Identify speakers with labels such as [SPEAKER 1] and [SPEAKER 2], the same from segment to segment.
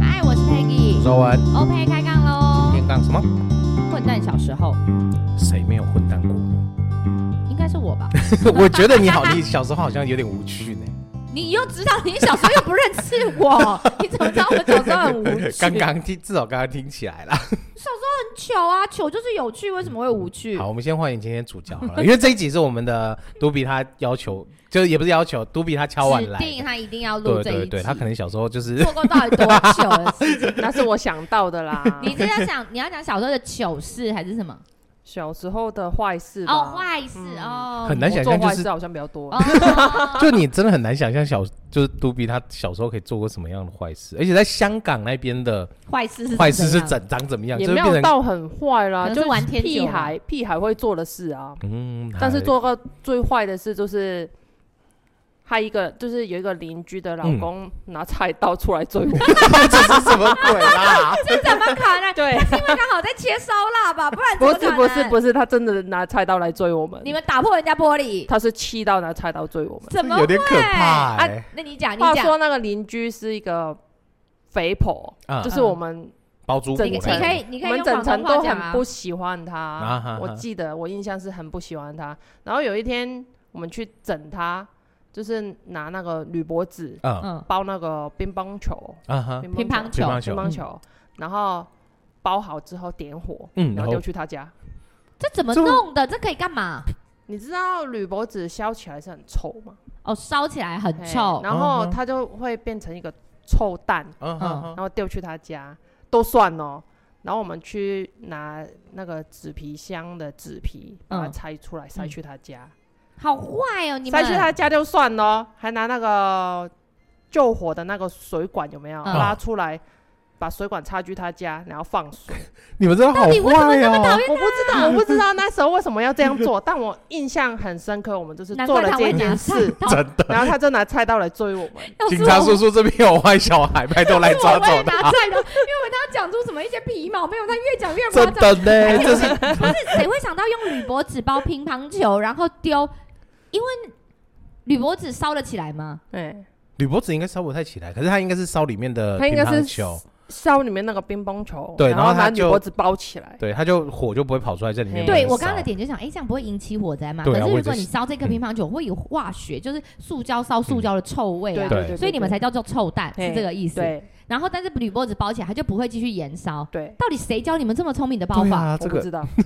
[SPEAKER 1] 嗨，我是 Peggy。
[SPEAKER 2] 说完
[SPEAKER 1] OK，开杠喽！
[SPEAKER 2] 天干什么？
[SPEAKER 1] 混蛋小时候
[SPEAKER 2] 谁没有混蛋过呢？
[SPEAKER 1] 应该是我吧？
[SPEAKER 2] 我觉得你好，你小时候好像有点无趣呢。
[SPEAKER 1] 你又知道你小时候又不认识我，你怎么知道我小时候很无趣？
[SPEAKER 2] 刚刚听，至少刚刚听起来啦。
[SPEAKER 1] 很糗啊，糗就是有趣，为什么会无趣？
[SPEAKER 2] 好，我们先欢迎今天主角好了，因为这一集是我们的都比他要求，就是也不是要求，都比他敲碗
[SPEAKER 1] 指
[SPEAKER 2] 来
[SPEAKER 1] 定
[SPEAKER 2] 的。
[SPEAKER 1] 他一定要录
[SPEAKER 2] 对
[SPEAKER 1] 这一
[SPEAKER 2] 对
[SPEAKER 1] 集，
[SPEAKER 2] 对，他可能小时 候就是
[SPEAKER 1] 错过到底多糗的事？。
[SPEAKER 3] 那是我想到的 啦
[SPEAKER 1] 你是要讲你要讲小时候的糗事还是什么？
[SPEAKER 3] 小时候的坏事吧
[SPEAKER 1] 哦，坏事
[SPEAKER 3] 嗯
[SPEAKER 1] 哦，
[SPEAKER 2] 很难想象
[SPEAKER 3] 我做
[SPEAKER 2] 就
[SPEAKER 3] 坏
[SPEAKER 2] 是
[SPEAKER 3] 事好像比较多。
[SPEAKER 1] 哦
[SPEAKER 2] 就你真的很难想象小就是都比他小时候可以做过什么样的坏事，而且在香港那边的
[SPEAKER 1] 坏事是
[SPEAKER 2] 坏事是
[SPEAKER 1] 怎样
[SPEAKER 2] 怎长怎么样，
[SPEAKER 3] 也
[SPEAKER 2] 就会
[SPEAKER 3] 没
[SPEAKER 2] 变
[SPEAKER 3] 有
[SPEAKER 2] 成
[SPEAKER 3] 到很坏
[SPEAKER 1] 可
[SPEAKER 3] 啦，
[SPEAKER 1] 能
[SPEAKER 3] 就是
[SPEAKER 1] 玩天
[SPEAKER 3] 屁
[SPEAKER 1] 久啊
[SPEAKER 3] 孩屁孩会做的事啊。
[SPEAKER 2] 嗯，
[SPEAKER 3] 但是
[SPEAKER 2] 还
[SPEAKER 3] 做过最坏的事就是，害一个就是有一个邻居的老
[SPEAKER 2] 嗯
[SPEAKER 3] 公拿菜刀出来追 我，
[SPEAKER 2] 这是什么鬼啦？
[SPEAKER 1] 这怎么可能？
[SPEAKER 3] 对，
[SPEAKER 1] 因为刚好在切烧腊吧，不然怎
[SPEAKER 3] 不
[SPEAKER 1] 么可
[SPEAKER 3] 是不是
[SPEAKER 1] 能
[SPEAKER 3] 不是，他真的拿菜刀来追我们，
[SPEAKER 1] 你们打破人家玻璃，
[SPEAKER 3] 他是气到拿菜刀追我们。
[SPEAKER 1] 怎么
[SPEAKER 2] 有点可怕
[SPEAKER 1] 会
[SPEAKER 2] 欸
[SPEAKER 1] 啊那你讲，你
[SPEAKER 3] 话
[SPEAKER 1] 讲，
[SPEAKER 3] 说那个邻居是一个肥婆，
[SPEAKER 2] 啊
[SPEAKER 3] 就是我们
[SPEAKER 2] 包租婆
[SPEAKER 3] 整
[SPEAKER 1] 你
[SPEAKER 3] 层
[SPEAKER 1] 可以，你可
[SPEAKER 3] 我
[SPEAKER 1] 以
[SPEAKER 3] 们
[SPEAKER 1] 用
[SPEAKER 3] 整
[SPEAKER 1] 广
[SPEAKER 3] 层
[SPEAKER 1] 东
[SPEAKER 3] 都
[SPEAKER 1] 话讲啊
[SPEAKER 3] 很不。喜欢他，
[SPEAKER 2] 啊哈哈
[SPEAKER 3] 我记得我印象是很不喜欢他。然后有一天我们去整他，就是拿那个铝箔纸
[SPEAKER 2] 啊
[SPEAKER 1] 嗯，
[SPEAKER 3] 包那个乒乓球，
[SPEAKER 2] 啊哈，
[SPEAKER 3] 乒
[SPEAKER 1] 乒乓
[SPEAKER 2] 乒乓
[SPEAKER 1] 球，
[SPEAKER 2] 球，
[SPEAKER 3] 乒乓球，然后包好之后点火，
[SPEAKER 2] 嗯，
[SPEAKER 3] 然
[SPEAKER 2] 然
[SPEAKER 3] 后
[SPEAKER 2] 后
[SPEAKER 3] 丢去他家。
[SPEAKER 1] 这怎么
[SPEAKER 2] 这么
[SPEAKER 1] 弄的？这可以干嘛？
[SPEAKER 3] 你知道铝箔纸烧起来是很臭吗？
[SPEAKER 1] 哦，烧起来很
[SPEAKER 3] 嘿
[SPEAKER 1] 臭。
[SPEAKER 3] 然
[SPEAKER 2] 嗯
[SPEAKER 3] 后
[SPEAKER 2] 哼
[SPEAKER 3] 它就会变成一个臭蛋，
[SPEAKER 2] 嗯
[SPEAKER 1] 嗯
[SPEAKER 3] 然后丢去他家都算哦。然后我们去拿那个纸皮箱的纸皮，把它
[SPEAKER 1] 嗯
[SPEAKER 3] 拆出来塞去他家，
[SPEAKER 1] 好坏哦，你们
[SPEAKER 3] 塞去他家就算咯，还拿那个救火的那个水管有没有、
[SPEAKER 1] 嗯
[SPEAKER 3] 拉出来，把水管插去他家，然后 放水。
[SPEAKER 2] 你们真的好
[SPEAKER 1] 到底为什么
[SPEAKER 2] 坏
[SPEAKER 1] 这么 讨
[SPEAKER 2] 哦！
[SPEAKER 1] 厌？
[SPEAKER 3] 我不知道，我不知道那时候为什么要这样 做，但我印象很深刻，我们就是
[SPEAKER 1] 难
[SPEAKER 3] 做
[SPEAKER 1] 怪
[SPEAKER 3] 了
[SPEAKER 1] 他
[SPEAKER 3] 这
[SPEAKER 1] 会
[SPEAKER 3] 件
[SPEAKER 1] 拿
[SPEAKER 3] 事，
[SPEAKER 2] 真的，
[SPEAKER 3] 然后他就拿菜刀来追我们。
[SPEAKER 1] 要是
[SPEAKER 2] 警察
[SPEAKER 1] 我
[SPEAKER 2] 叔叔这边有坏小孩，拜托来抓
[SPEAKER 1] 我会
[SPEAKER 2] 走
[SPEAKER 1] 拿
[SPEAKER 2] 他！
[SPEAKER 1] 菜刀，因为我刚刚讲出什么一些皮毛，没有他越讲越夸
[SPEAKER 2] 真
[SPEAKER 1] 张。
[SPEAKER 2] 的呢，这是
[SPEAKER 1] 不是谁会想到用铝箔纸包乒乓球，然后丢？因为铝箔纸烧得起来吗？
[SPEAKER 3] 对，
[SPEAKER 2] 铝箔纸应该烧不太起来，可是它应该是烧里面的
[SPEAKER 3] 它
[SPEAKER 2] 乒
[SPEAKER 3] 应该是
[SPEAKER 2] 乓球，
[SPEAKER 3] 烧里面那个乒乓球，
[SPEAKER 2] 对
[SPEAKER 3] 然
[SPEAKER 2] 然后他
[SPEAKER 3] 拿铝
[SPEAKER 2] 就
[SPEAKER 3] 箔纸包起来。
[SPEAKER 2] 对，它就火就不会跑出来在里面燃
[SPEAKER 3] 嗯
[SPEAKER 2] 烧。
[SPEAKER 1] 对我刚刚的点就想，哎、这样不会引起火灾吗？
[SPEAKER 2] 对
[SPEAKER 1] 可是
[SPEAKER 2] 啊我
[SPEAKER 1] 如
[SPEAKER 2] 也
[SPEAKER 1] 果
[SPEAKER 2] 是
[SPEAKER 1] 你烧这个乒乓球，会有化学，就是塑胶烧塑胶的臭味啊。
[SPEAKER 2] 嗯对
[SPEAKER 1] 所以你们才叫做臭蛋，是这个意思。
[SPEAKER 3] 对
[SPEAKER 1] 然后，但是铝箔纸包起来，它就不会继续燃烧。
[SPEAKER 3] 对，
[SPEAKER 1] 到底谁教你们这么聪明的包
[SPEAKER 2] 对
[SPEAKER 1] 法？
[SPEAKER 2] 啊，
[SPEAKER 3] 我
[SPEAKER 2] 这
[SPEAKER 3] 不
[SPEAKER 2] 个
[SPEAKER 3] 知道。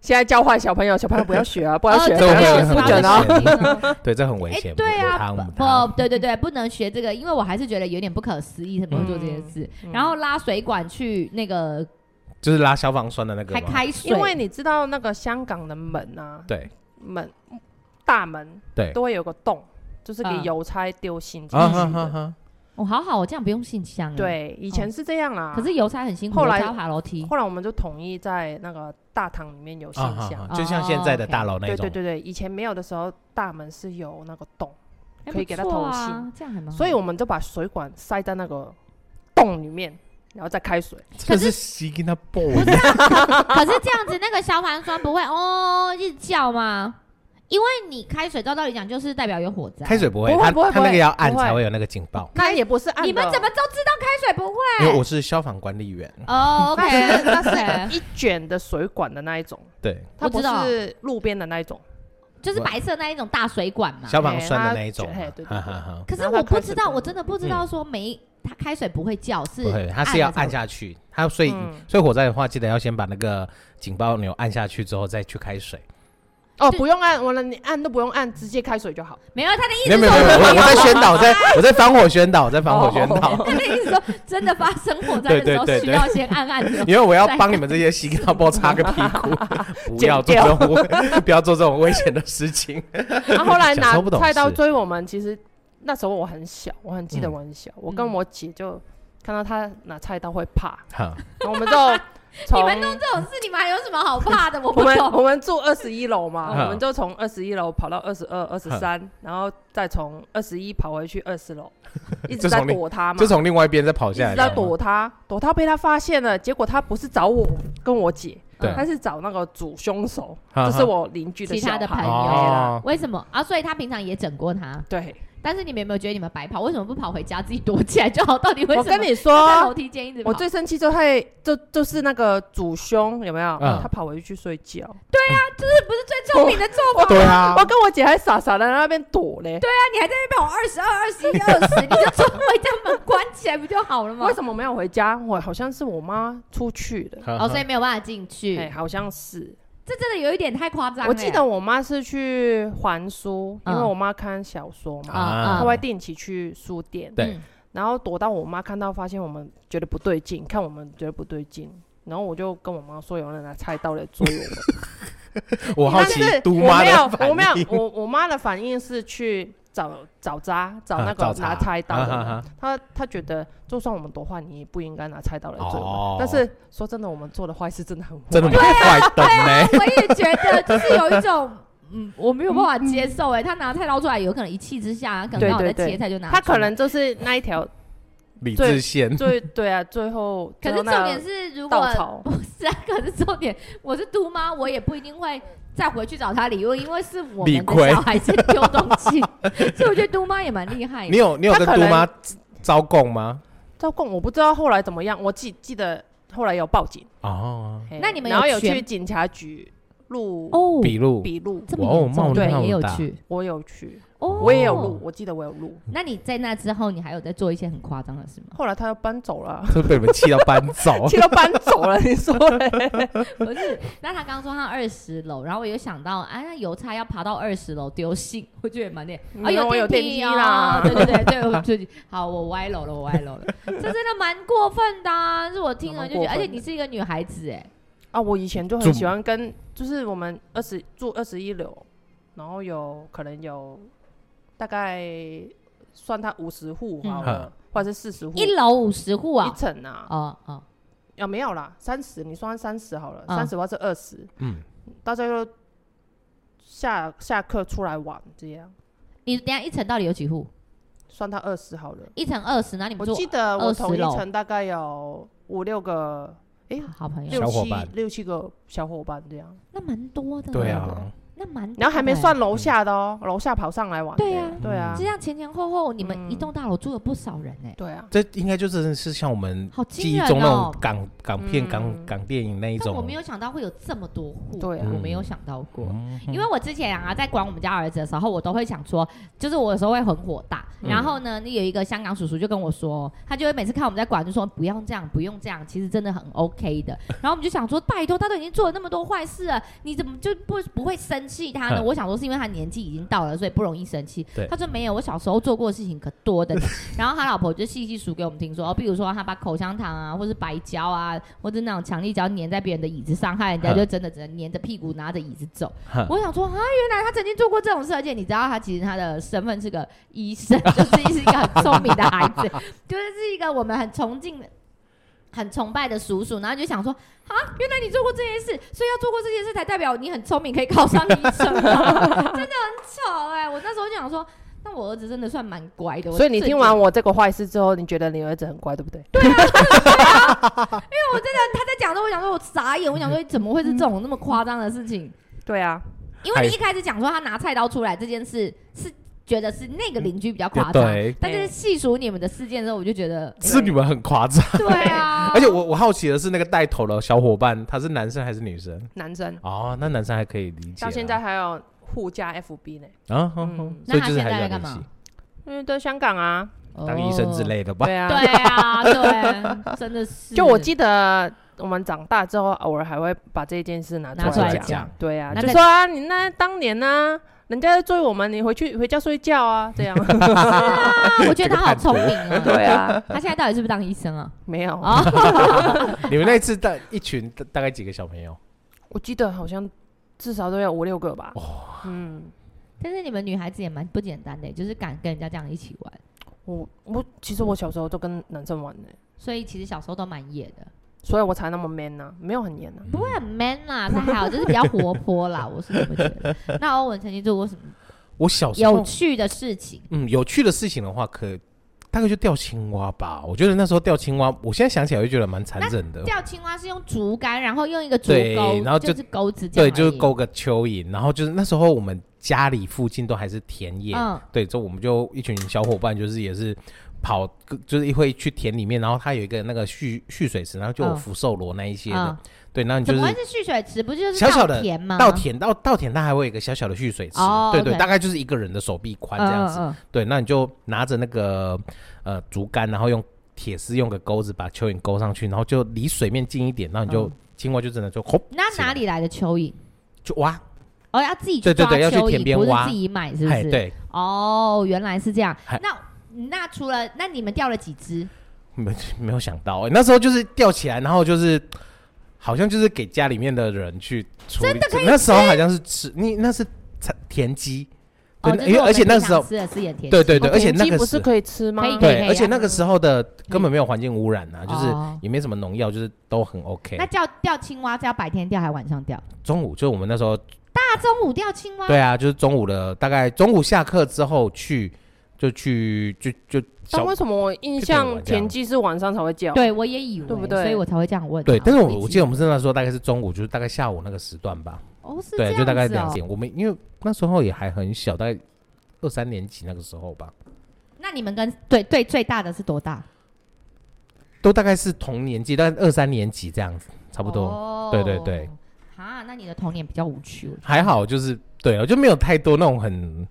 [SPEAKER 3] 现在教坏小朋友，小朋友不要 学啊，不要学，
[SPEAKER 1] 哦
[SPEAKER 3] 不
[SPEAKER 2] 这个
[SPEAKER 3] 要
[SPEAKER 2] 会
[SPEAKER 3] 学
[SPEAKER 2] 很
[SPEAKER 3] 不
[SPEAKER 2] 危
[SPEAKER 3] 准
[SPEAKER 2] 险
[SPEAKER 3] 啊。
[SPEAKER 1] 哦。
[SPEAKER 2] 对，这很危
[SPEAKER 1] 哎
[SPEAKER 2] 险。，
[SPEAKER 1] 对啊，
[SPEAKER 2] 母汤母
[SPEAKER 1] 不，
[SPEAKER 2] 汤
[SPEAKER 1] 不对对对，不能学这个，因为我还是觉得有点不可思议，他们会做这件事。
[SPEAKER 3] 嗯
[SPEAKER 1] 然后拉水管去那个
[SPEAKER 2] 就是拉消防栓的那个
[SPEAKER 1] 还
[SPEAKER 2] 吗
[SPEAKER 1] 开水，
[SPEAKER 3] 因为你知道那个香港的门啊，
[SPEAKER 2] 对
[SPEAKER 3] 门大门
[SPEAKER 2] 对
[SPEAKER 3] 都会有个洞，就是给
[SPEAKER 1] 嗯
[SPEAKER 3] 邮差丢信进
[SPEAKER 2] 啊
[SPEAKER 3] 去
[SPEAKER 2] 哈哈
[SPEAKER 3] 的。
[SPEAKER 2] 哈，
[SPEAKER 1] 哦，好好，我这样不用信箱。，啊
[SPEAKER 3] 对，以前是这样啦。
[SPEAKER 1] 可是邮差很辛苦，
[SPEAKER 3] 后来
[SPEAKER 1] 邮差要爬楼梯。
[SPEAKER 3] 后来我们就统一在那个大堂里面有信
[SPEAKER 2] 啊哈哈
[SPEAKER 3] 箱。
[SPEAKER 2] 就像现在的
[SPEAKER 1] 哦，OK
[SPEAKER 2] 大楼那
[SPEAKER 3] 对
[SPEAKER 2] 种
[SPEAKER 3] 对，对对，以前没有的时候，大门是有那个洞，
[SPEAKER 1] 哎
[SPEAKER 3] 可以给他
[SPEAKER 1] 不错
[SPEAKER 3] 投信
[SPEAKER 1] 啊，这样还蛮好。
[SPEAKER 3] 所以我们就把水管塞在那个洞里面，然后再开水。
[SPEAKER 2] 这
[SPEAKER 1] 可是啊
[SPEAKER 2] 是吸跟他爆。
[SPEAKER 1] 可是这样子，那个消防栓不会哦一直叫吗？因为你开水，照道理讲就是代表有火灾。
[SPEAKER 2] 开水不会，
[SPEAKER 3] 不会
[SPEAKER 2] 它
[SPEAKER 3] 不会
[SPEAKER 2] 它
[SPEAKER 3] 不
[SPEAKER 2] 那
[SPEAKER 3] 会
[SPEAKER 2] 个要按
[SPEAKER 3] 不会
[SPEAKER 2] 才会有那个警报。
[SPEAKER 3] 那也不是按的哦
[SPEAKER 1] 你们怎么都知道开水不
[SPEAKER 2] 因为
[SPEAKER 1] 会？
[SPEAKER 2] 我是消防管理员，
[SPEAKER 1] 哦
[SPEAKER 3] 那是
[SPEAKER 1] ，OK，
[SPEAKER 3] 那 是一卷的水管的那一种，
[SPEAKER 2] 对，
[SPEAKER 3] 它
[SPEAKER 1] 我
[SPEAKER 3] 不
[SPEAKER 1] 知道
[SPEAKER 3] 是路边的那一种。
[SPEAKER 1] 就是白色那一种大水管嘛。
[SPEAKER 2] 消防栓的那一种
[SPEAKER 3] 嘿它对对对
[SPEAKER 2] 啊，哈哈哈
[SPEAKER 1] 可是
[SPEAKER 3] 然后
[SPEAKER 1] 我
[SPEAKER 3] 它
[SPEAKER 1] 不
[SPEAKER 3] 开
[SPEAKER 1] 知
[SPEAKER 3] 水
[SPEAKER 1] 道，
[SPEAKER 3] 不会
[SPEAKER 1] 我真的不知道说没它开水不会叫是
[SPEAKER 2] 不会，它是要
[SPEAKER 1] 了才
[SPEAKER 2] 按下去，它所以
[SPEAKER 3] 嗯
[SPEAKER 2] 所以火灾的话，记得要先把那个警报钮按下去之后再去开水。
[SPEAKER 3] 哦，
[SPEAKER 1] 对
[SPEAKER 3] 不用按，完了你按都不用按，直接开水 就好。
[SPEAKER 1] 没有他的意
[SPEAKER 2] 没
[SPEAKER 1] 思
[SPEAKER 2] 有
[SPEAKER 1] 是
[SPEAKER 2] 没
[SPEAKER 1] 说
[SPEAKER 2] 有没有，我我在宣导，我在
[SPEAKER 3] 哦
[SPEAKER 2] 我在防火宣导，我在防火宣导，
[SPEAKER 1] 他的意思说真的发生火灾的时候
[SPEAKER 2] 对对对对
[SPEAKER 1] 需要先按按钮。
[SPEAKER 2] 因为我要帮你们这些吸到爆擦个屁 股，不要做这种 不要做这种危险的事 情。
[SPEAKER 3] 然后后来
[SPEAKER 2] 小时
[SPEAKER 3] 拿
[SPEAKER 2] 候不懂
[SPEAKER 3] 菜刀
[SPEAKER 2] 事
[SPEAKER 3] 追我们，其实那时候我很小，我很记得
[SPEAKER 2] 嗯
[SPEAKER 3] 我很小，我跟我姐就看到她拿菜刀会 怕，
[SPEAKER 2] 哈，
[SPEAKER 3] 然后我们就从
[SPEAKER 1] 你们弄这种事，你们还有什么好怕的？我
[SPEAKER 3] 我
[SPEAKER 1] 不
[SPEAKER 3] 们我
[SPEAKER 1] 懂。
[SPEAKER 3] 们住二十一楼嘛，
[SPEAKER 2] 嗯
[SPEAKER 3] 我们就从二十一楼跑到二十二、二十三，然后再从二十一跑回去二十 楼，一直在躲他嘛
[SPEAKER 2] 就，从另外一边再跑
[SPEAKER 3] 一
[SPEAKER 2] 下来
[SPEAKER 3] 直
[SPEAKER 2] 这
[SPEAKER 3] 在
[SPEAKER 2] 样吗，
[SPEAKER 3] 躲他，躲他被他发现了，结果他不是找我跟我姐，
[SPEAKER 2] 对
[SPEAKER 3] 他是找那个主凶手，
[SPEAKER 2] 啊哈哈
[SPEAKER 3] 就是我邻居的
[SPEAKER 1] 其他的
[SPEAKER 3] 小
[SPEAKER 1] 朋
[SPEAKER 3] 孩
[SPEAKER 1] 友
[SPEAKER 2] 哦
[SPEAKER 1] 为什么啊？所以他平常也整过他，
[SPEAKER 3] 对，
[SPEAKER 1] 但是你们有没有觉得你们白跑？为什么不跑回家自己躲起来就好？到底为什
[SPEAKER 3] 我
[SPEAKER 1] 么？
[SPEAKER 3] 跟你
[SPEAKER 1] 在
[SPEAKER 3] 说啊
[SPEAKER 1] 楼，梯间一直跑
[SPEAKER 3] 我最生气就会就就是那个主凶有没有？
[SPEAKER 2] 嗯
[SPEAKER 3] 他跑回去睡觉。
[SPEAKER 1] 这不是最聪明的做法吗？
[SPEAKER 2] 对啊
[SPEAKER 3] 我，跟我姐还傻傻的在那边躲嘞。
[SPEAKER 1] 对啊，你还在那边我二十二、二十一、二十，你就冲回家门关起来不就好了吗
[SPEAKER 3] 为？什么没有回家？我好像是我妈出去的，
[SPEAKER 1] 哦，所以没有办法进去，
[SPEAKER 3] 哎、好像是。
[SPEAKER 1] 这真的有一点太夸张了。
[SPEAKER 3] 我记得我妈是去还书，因为
[SPEAKER 1] 欸嗯
[SPEAKER 3] 我妈看小说嘛，
[SPEAKER 1] 啊
[SPEAKER 3] 她会定期去书店，
[SPEAKER 2] 嗯对
[SPEAKER 1] 嗯
[SPEAKER 3] 然后躲到我妈看到，发现我们觉得不对劲，看我们觉得不对劲。然后我就跟我妈说，有人拿菜刀来追我们。
[SPEAKER 2] 我好
[SPEAKER 3] 但
[SPEAKER 2] 奇
[SPEAKER 3] 是
[SPEAKER 2] 毒
[SPEAKER 3] 我
[SPEAKER 2] 妈
[SPEAKER 3] 没
[SPEAKER 2] 的
[SPEAKER 3] 有，我没
[SPEAKER 2] 反
[SPEAKER 3] 有
[SPEAKER 2] 应，，
[SPEAKER 3] 我我妈的反应是去找找渣，找
[SPEAKER 2] 啊
[SPEAKER 3] 那
[SPEAKER 2] 找
[SPEAKER 3] 个
[SPEAKER 2] 茬
[SPEAKER 3] 拿菜刀的人。
[SPEAKER 2] 啊哈哈
[SPEAKER 3] 她她觉得，就算我们多坏，你也不应该拿菜刀来追我们。
[SPEAKER 2] 哦
[SPEAKER 3] 但是啊说真的，我们做的坏事真的很坏。
[SPEAKER 2] 真的蛮坏的呢。
[SPEAKER 1] 我也觉得，就是有一种。嗯，我没有办法接受哎、他拿菜刀出来，有可能一气之下，可能
[SPEAKER 3] 对
[SPEAKER 1] 刚好在
[SPEAKER 3] 对对
[SPEAKER 1] 切菜就拿出
[SPEAKER 3] 她
[SPEAKER 1] 来。
[SPEAKER 3] 可能就是那一条
[SPEAKER 2] 理智线，
[SPEAKER 3] 最对啊，最后
[SPEAKER 1] 可是重
[SPEAKER 3] 最后那
[SPEAKER 1] 点是，如
[SPEAKER 3] 稻
[SPEAKER 1] 果
[SPEAKER 3] 草
[SPEAKER 1] 不是啊，可是重点，我是嘟妈，我也不一定会再回去找他理论，因为是我
[SPEAKER 2] 理
[SPEAKER 1] 们的
[SPEAKER 2] 亏
[SPEAKER 1] 小孩先丢东 西，所以我觉得嘟妈也蛮厉害
[SPEAKER 2] 你
[SPEAKER 1] 的。
[SPEAKER 2] 有你有
[SPEAKER 3] 他
[SPEAKER 2] 跟
[SPEAKER 3] 可
[SPEAKER 2] 毒
[SPEAKER 3] 能
[SPEAKER 2] 妈招供吗？
[SPEAKER 3] 招供，我不知道后来怎么样，我记记得后来有报警，
[SPEAKER 2] 哦，
[SPEAKER 3] 嘿
[SPEAKER 1] 那你们
[SPEAKER 3] 然后
[SPEAKER 1] 有
[SPEAKER 3] 有
[SPEAKER 1] 全
[SPEAKER 3] 去警察局录
[SPEAKER 1] 哦，
[SPEAKER 2] 笔录，
[SPEAKER 3] 笔录，
[SPEAKER 1] 这么
[SPEAKER 2] 哇哦
[SPEAKER 1] 严重
[SPEAKER 2] 冒
[SPEAKER 1] 对
[SPEAKER 2] 那么
[SPEAKER 1] 也有
[SPEAKER 2] 大。
[SPEAKER 1] 去
[SPEAKER 3] 我有去，
[SPEAKER 1] 哦，
[SPEAKER 3] 我也有录，。我记得我有录，
[SPEAKER 1] 那你在那之后，你还有在做一些很夸张的 事吗？
[SPEAKER 3] 后来他又搬走了
[SPEAKER 2] 是被你们气到搬 走
[SPEAKER 3] 气。都搬走了，你说嘞？
[SPEAKER 1] 不是，那他刚说他二十楼，然后我有想到，哎、啊，那邮差要爬到二十楼丢信，我觉得也蛮厉害。啊，
[SPEAKER 3] 嗯我有
[SPEAKER 1] 电
[SPEAKER 3] 电梯
[SPEAKER 1] 哦
[SPEAKER 3] 啦
[SPEAKER 1] 对对对对，我最近好，我歪楼了，我歪楼了，这真的蛮过分的、啊，是我听了 就觉得，
[SPEAKER 3] 蛮过
[SPEAKER 1] 而
[SPEAKER 3] 分的
[SPEAKER 1] 且你是一个女孩子哎、
[SPEAKER 3] 啊，我以前就很
[SPEAKER 2] 住
[SPEAKER 3] 喜欢跟，就是我们二十住二十一楼，然后有可能有大概算他五十户好了，或者是四十户，
[SPEAKER 1] 嗯一楼五十户
[SPEAKER 3] 一
[SPEAKER 1] 啊，
[SPEAKER 3] 层啊，
[SPEAKER 1] 哦哦，
[SPEAKER 3] 啊，没有啦，三十，你算三十好了，
[SPEAKER 1] 嗯
[SPEAKER 3] 三十或是二十，
[SPEAKER 2] 嗯，
[SPEAKER 3] 大家就下下课出来玩，这样
[SPEAKER 1] 你等一下一层到底有几户？
[SPEAKER 3] 算到二十好了。
[SPEAKER 1] 一层二十，然后你
[SPEAKER 3] 我
[SPEAKER 1] 们
[SPEAKER 3] 记
[SPEAKER 1] 住
[SPEAKER 3] 得我同一
[SPEAKER 1] 20咯
[SPEAKER 3] 层大概有五六个，得
[SPEAKER 1] 好朋友，
[SPEAKER 3] 六
[SPEAKER 2] 小伙
[SPEAKER 3] 七
[SPEAKER 2] 伴
[SPEAKER 3] 六七个小伙伴这样，
[SPEAKER 1] 那蛮多的，
[SPEAKER 2] 对啊，
[SPEAKER 1] 那蛮多的欸，
[SPEAKER 3] 然后还没算
[SPEAKER 2] 嗯
[SPEAKER 3] 楼下的哦，楼下跑上来玩的，
[SPEAKER 1] 对啊
[SPEAKER 3] 对啊
[SPEAKER 1] 就这，样前前后后，你们
[SPEAKER 3] 嗯
[SPEAKER 1] 一栋大楼住了不少人哎、
[SPEAKER 3] 对啊，
[SPEAKER 2] 这应该就真的是像我们
[SPEAKER 1] 好
[SPEAKER 2] 记
[SPEAKER 1] 惊
[SPEAKER 2] 忆
[SPEAKER 1] 人
[SPEAKER 2] 中那
[SPEAKER 1] 哦
[SPEAKER 2] 种！港港片、港
[SPEAKER 3] 嗯
[SPEAKER 2] 港电影那一
[SPEAKER 1] 但
[SPEAKER 2] 种。
[SPEAKER 1] 我没有想到会有这么多户，
[SPEAKER 3] 对啊
[SPEAKER 1] 我没有想到过。
[SPEAKER 2] 嗯
[SPEAKER 1] 因为我之前啊，在管我们家儿子的时候，我都会想说，就是我有时候会很火大。
[SPEAKER 2] 嗯
[SPEAKER 1] 然后呢，你有一个香港叔叔就跟我说，他就会每次看我们在管，就说不用这样，不用这样，其实真的很 OK 的。然后我们就想说，拜托，他都已经做了那么多坏事了，你怎么就不不会生气他呢？
[SPEAKER 2] 嗯
[SPEAKER 1] 我想说是因为他年纪已经到了，所以不容易生气
[SPEAKER 2] 对。
[SPEAKER 1] 他说没有，我小时候做过的事情可多的。 然后他老婆就细细数给我们听说，哦，比如说他把口香糖啊，或是白胶啊，或者那种强力胶粘在别人的椅子上，害人家
[SPEAKER 2] 嗯
[SPEAKER 1] 就真的只能粘着屁股拿着椅子走。
[SPEAKER 2] 哼
[SPEAKER 3] 嗯
[SPEAKER 1] 我想说啊，原来他曾经做过这种事，而且你知道他其实他的身份是个医生， 就是是一个很聪明的孩子，就是是一个我们很崇敬的。很崇拜的叔叔，然后就想说啊，原来你做过这件事，所以要做过这件事才代表你很聪明，可以考上医生吗， 真的很丑哎、我那时候就想说，那我儿子真的算蛮乖的。我
[SPEAKER 3] 所以你
[SPEAKER 1] 瞬
[SPEAKER 3] 听
[SPEAKER 1] 间
[SPEAKER 3] 完我这个坏事之后，你觉得你儿子很乖，对不对？
[SPEAKER 1] 他在讲的时候，我想说我傻眼，我想说怎么会是这种那么夸张的事情？
[SPEAKER 3] 对啊，
[SPEAKER 1] 因为你一开始讲说他拿菜刀出来这件事，是觉得是那
[SPEAKER 3] 嗯
[SPEAKER 1] 个邻居比较夸张，
[SPEAKER 2] 对，
[SPEAKER 1] 但是细数你们的事件之后，我就觉得
[SPEAKER 2] 是你们很夸张。
[SPEAKER 1] 对啊，
[SPEAKER 2] 而且我我好奇的是，那个带头的小伙伴，他是男生还是女生？
[SPEAKER 3] 男生
[SPEAKER 2] 哦，那男生还可以理解啊。
[SPEAKER 3] 到现在还有护驾 FB 呢，
[SPEAKER 2] 啊，哼
[SPEAKER 3] 嗯
[SPEAKER 2] 哼
[SPEAKER 1] 那
[SPEAKER 2] 所以
[SPEAKER 1] 他
[SPEAKER 2] 就是
[SPEAKER 1] 现
[SPEAKER 2] 还
[SPEAKER 1] 在在
[SPEAKER 2] 在
[SPEAKER 1] 干
[SPEAKER 2] 联
[SPEAKER 1] 嘛
[SPEAKER 2] 系，
[SPEAKER 3] 因为在香港啊，
[SPEAKER 2] 当医生之。类的吧。
[SPEAKER 3] 对啊，
[SPEAKER 1] 对啊，对，真的是。
[SPEAKER 3] 就我记得我们长大之后，偶尔还会把这件事拿
[SPEAKER 2] 哦
[SPEAKER 1] 拿出来
[SPEAKER 3] 来
[SPEAKER 2] 讲
[SPEAKER 3] 对啊，
[SPEAKER 1] 那
[SPEAKER 3] 就
[SPEAKER 1] 个
[SPEAKER 3] 说啊，你那当年呢、人家在追我们，你回去回家睡觉啊，这样。
[SPEAKER 1] 啊，我觉得他好聪明 啊。
[SPEAKER 3] 对啊，
[SPEAKER 1] 他现在到底是不是当医生啊？
[SPEAKER 3] 没有，
[SPEAKER 1] 啊，
[SPEAKER 2] 你们那次带一群大大概几个小朋友？
[SPEAKER 3] 我记得好像至少都有五六个吧。嗯，
[SPEAKER 1] 但是你们女孩子也蛮不简单的，就是敢跟人家这样一起玩，
[SPEAKER 3] 我我其实我小时候都跟男生玩的、
[SPEAKER 1] 所以其实小时候都蛮野的，
[SPEAKER 3] 所以我才那么 man 呢、没有很严啊呢、
[SPEAKER 1] 不会
[SPEAKER 2] 嗯
[SPEAKER 1] 很 man 啦，他还好，就是比较活泼 啦，我是这么觉得。那欧文曾经做过什么
[SPEAKER 2] 我小时
[SPEAKER 1] 有
[SPEAKER 2] 候，
[SPEAKER 1] 趣的事情？
[SPEAKER 2] 嗯，有趣的事情的话，可大概就钓青蛙吧。我觉得那时候钓青蛙，我现在想起来就觉得蛮残忍的。
[SPEAKER 1] 钓青蛙是用竹竿，然后用一个竹
[SPEAKER 2] 对
[SPEAKER 1] 钩，
[SPEAKER 2] 然后
[SPEAKER 1] 就
[SPEAKER 2] 就是
[SPEAKER 1] 钩子这样
[SPEAKER 2] 对，
[SPEAKER 1] 而
[SPEAKER 2] 就是
[SPEAKER 1] 已
[SPEAKER 2] 勾个蚯蚓，然后就是那时候我们家里附近都还是田野，
[SPEAKER 1] 嗯
[SPEAKER 2] 对，之后我们就一群小伙伴，就是也是跑，就是会去田里面，然后它有一个那个蓄蓄水池，然后就有
[SPEAKER 1] 嗯
[SPEAKER 2] 福寿螺那一些的，
[SPEAKER 1] 嗯，
[SPEAKER 2] 对，那你就
[SPEAKER 1] 怎
[SPEAKER 2] 是
[SPEAKER 1] 么会是蓄水池？不就是
[SPEAKER 2] 小小的
[SPEAKER 1] 稻田吗？
[SPEAKER 2] 稻田稻稻田，它还会有一个小小的蓄水池，
[SPEAKER 1] 哦
[SPEAKER 2] 对对，
[SPEAKER 1] OK
[SPEAKER 2] 大概就是一个人的手臂宽这样
[SPEAKER 1] 嗯
[SPEAKER 2] 子，
[SPEAKER 1] 嗯嗯
[SPEAKER 2] 对，那你就拿着那个呃竹竿，然后用铁丝用个钩子把蚯蚓勾上去，然后就离水面近一点，然后你就、
[SPEAKER 3] 嗯
[SPEAKER 2] 青蛙就真的就吼，
[SPEAKER 1] 那哪里来的蚯蚓？
[SPEAKER 2] 就哇，
[SPEAKER 1] 哦，要自己去
[SPEAKER 2] 对对
[SPEAKER 1] 抓
[SPEAKER 2] 对要去
[SPEAKER 1] 蚯
[SPEAKER 2] 田
[SPEAKER 1] 蚓，
[SPEAKER 2] 边
[SPEAKER 1] 不是
[SPEAKER 2] 挖
[SPEAKER 1] 自己买，是不
[SPEAKER 2] 哎
[SPEAKER 1] 是？。
[SPEAKER 2] 对，哎
[SPEAKER 1] 哦，原来是这样
[SPEAKER 2] 嗨。
[SPEAKER 1] 那那除了那你们钓了几只？
[SPEAKER 2] 没没有想到、欸，那时候就是吊起来，然后就是好像就是给家里面的人去处理，
[SPEAKER 1] 真的可以
[SPEAKER 2] 那时候好像是吃你那是田田鸡，对，
[SPEAKER 1] 哦，
[SPEAKER 2] 因为而且那时候
[SPEAKER 1] 吃的是盐田鸡，
[SPEAKER 2] 对对对，
[SPEAKER 3] 哦
[SPEAKER 2] 而且
[SPEAKER 3] 田
[SPEAKER 2] 那
[SPEAKER 3] 鸡
[SPEAKER 2] 个
[SPEAKER 3] 不
[SPEAKER 2] 时
[SPEAKER 3] 是
[SPEAKER 2] 候
[SPEAKER 3] 可以吃吗？
[SPEAKER 1] 可以可以
[SPEAKER 2] 对，而且那个
[SPEAKER 1] 啊
[SPEAKER 2] 时候的根本没有环境污染啊，就是
[SPEAKER 1] 哦
[SPEAKER 2] 也没什么农药，就是都很 OK
[SPEAKER 1] 那。叫钓青蛙是要白天钓还是晚上钓？
[SPEAKER 2] 中午就我们那时候
[SPEAKER 1] 大中午钓青蛙，
[SPEAKER 2] 对啊，就是中午的大概中午下课之后去，就去就就
[SPEAKER 3] 但
[SPEAKER 1] 哦
[SPEAKER 2] 小
[SPEAKER 3] 为什么我印
[SPEAKER 2] 就可以玩
[SPEAKER 3] 象
[SPEAKER 2] 这样
[SPEAKER 3] 田鸡是晚上才会叫？
[SPEAKER 1] 对我也以为，
[SPEAKER 3] 对不对
[SPEAKER 1] 所以我才会这样问啊。
[SPEAKER 2] 对，但是
[SPEAKER 1] 一
[SPEAKER 2] 我我
[SPEAKER 1] 直
[SPEAKER 2] 记得我们是那时候大概是中午，就是大概下午那个时段吧，
[SPEAKER 1] 哦是这样
[SPEAKER 2] 对，
[SPEAKER 1] 子哦
[SPEAKER 2] 就大概两。点。我们因为那时候也还很小，大概二三年级那个时候吧，
[SPEAKER 1] 那你们跟对对最大的是多大？
[SPEAKER 2] 都大概是同年纪，大概二三年级这样子，差不多。
[SPEAKER 1] 哦
[SPEAKER 2] 对对对。
[SPEAKER 1] 啊，那你的童年比较无趣，我觉得
[SPEAKER 2] 还好，就是对我就没有太多那种很，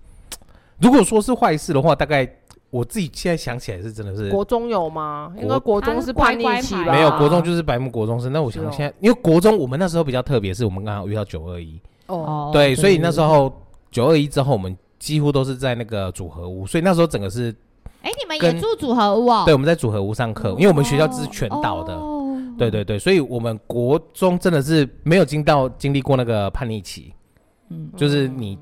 [SPEAKER 2] 如果说是坏事的话，大概我自己现在想起来是真的是
[SPEAKER 3] 国中有吗？
[SPEAKER 2] 国
[SPEAKER 3] 应该国中是叛逆期
[SPEAKER 1] 啊他是乖乖
[SPEAKER 3] 吧？
[SPEAKER 1] 牌
[SPEAKER 2] 没有国中就是白目国中生。那我想
[SPEAKER 3] 是哦
[SPEAKER 2] 现在，因为国中我们那时候比较特别，是我们刚好遇到九二一，
[SPEAKER 3] 哦，
[SPEAKER 1] 哦
[SPEAKER 2] 对，所以那时候九二一之后，我们几乎都是在那个组合屋，所以那时候整个是
[SPEAKER 1] 哎，你们也
[SPEAKER 2] 跟
[SPEAKER 1] 住组合屋哦？
[SPEAKER 2] 对，我们在组合屋上课，因为我们学校是全岛的，
[SPEAKER 1] 哦，
[SPEAKER 2] 对对对，所以我们国中真的是没有经到经历过那个叛逆期，
[SPEAKER 1] 嗯
[SPEAKER 2] 就是你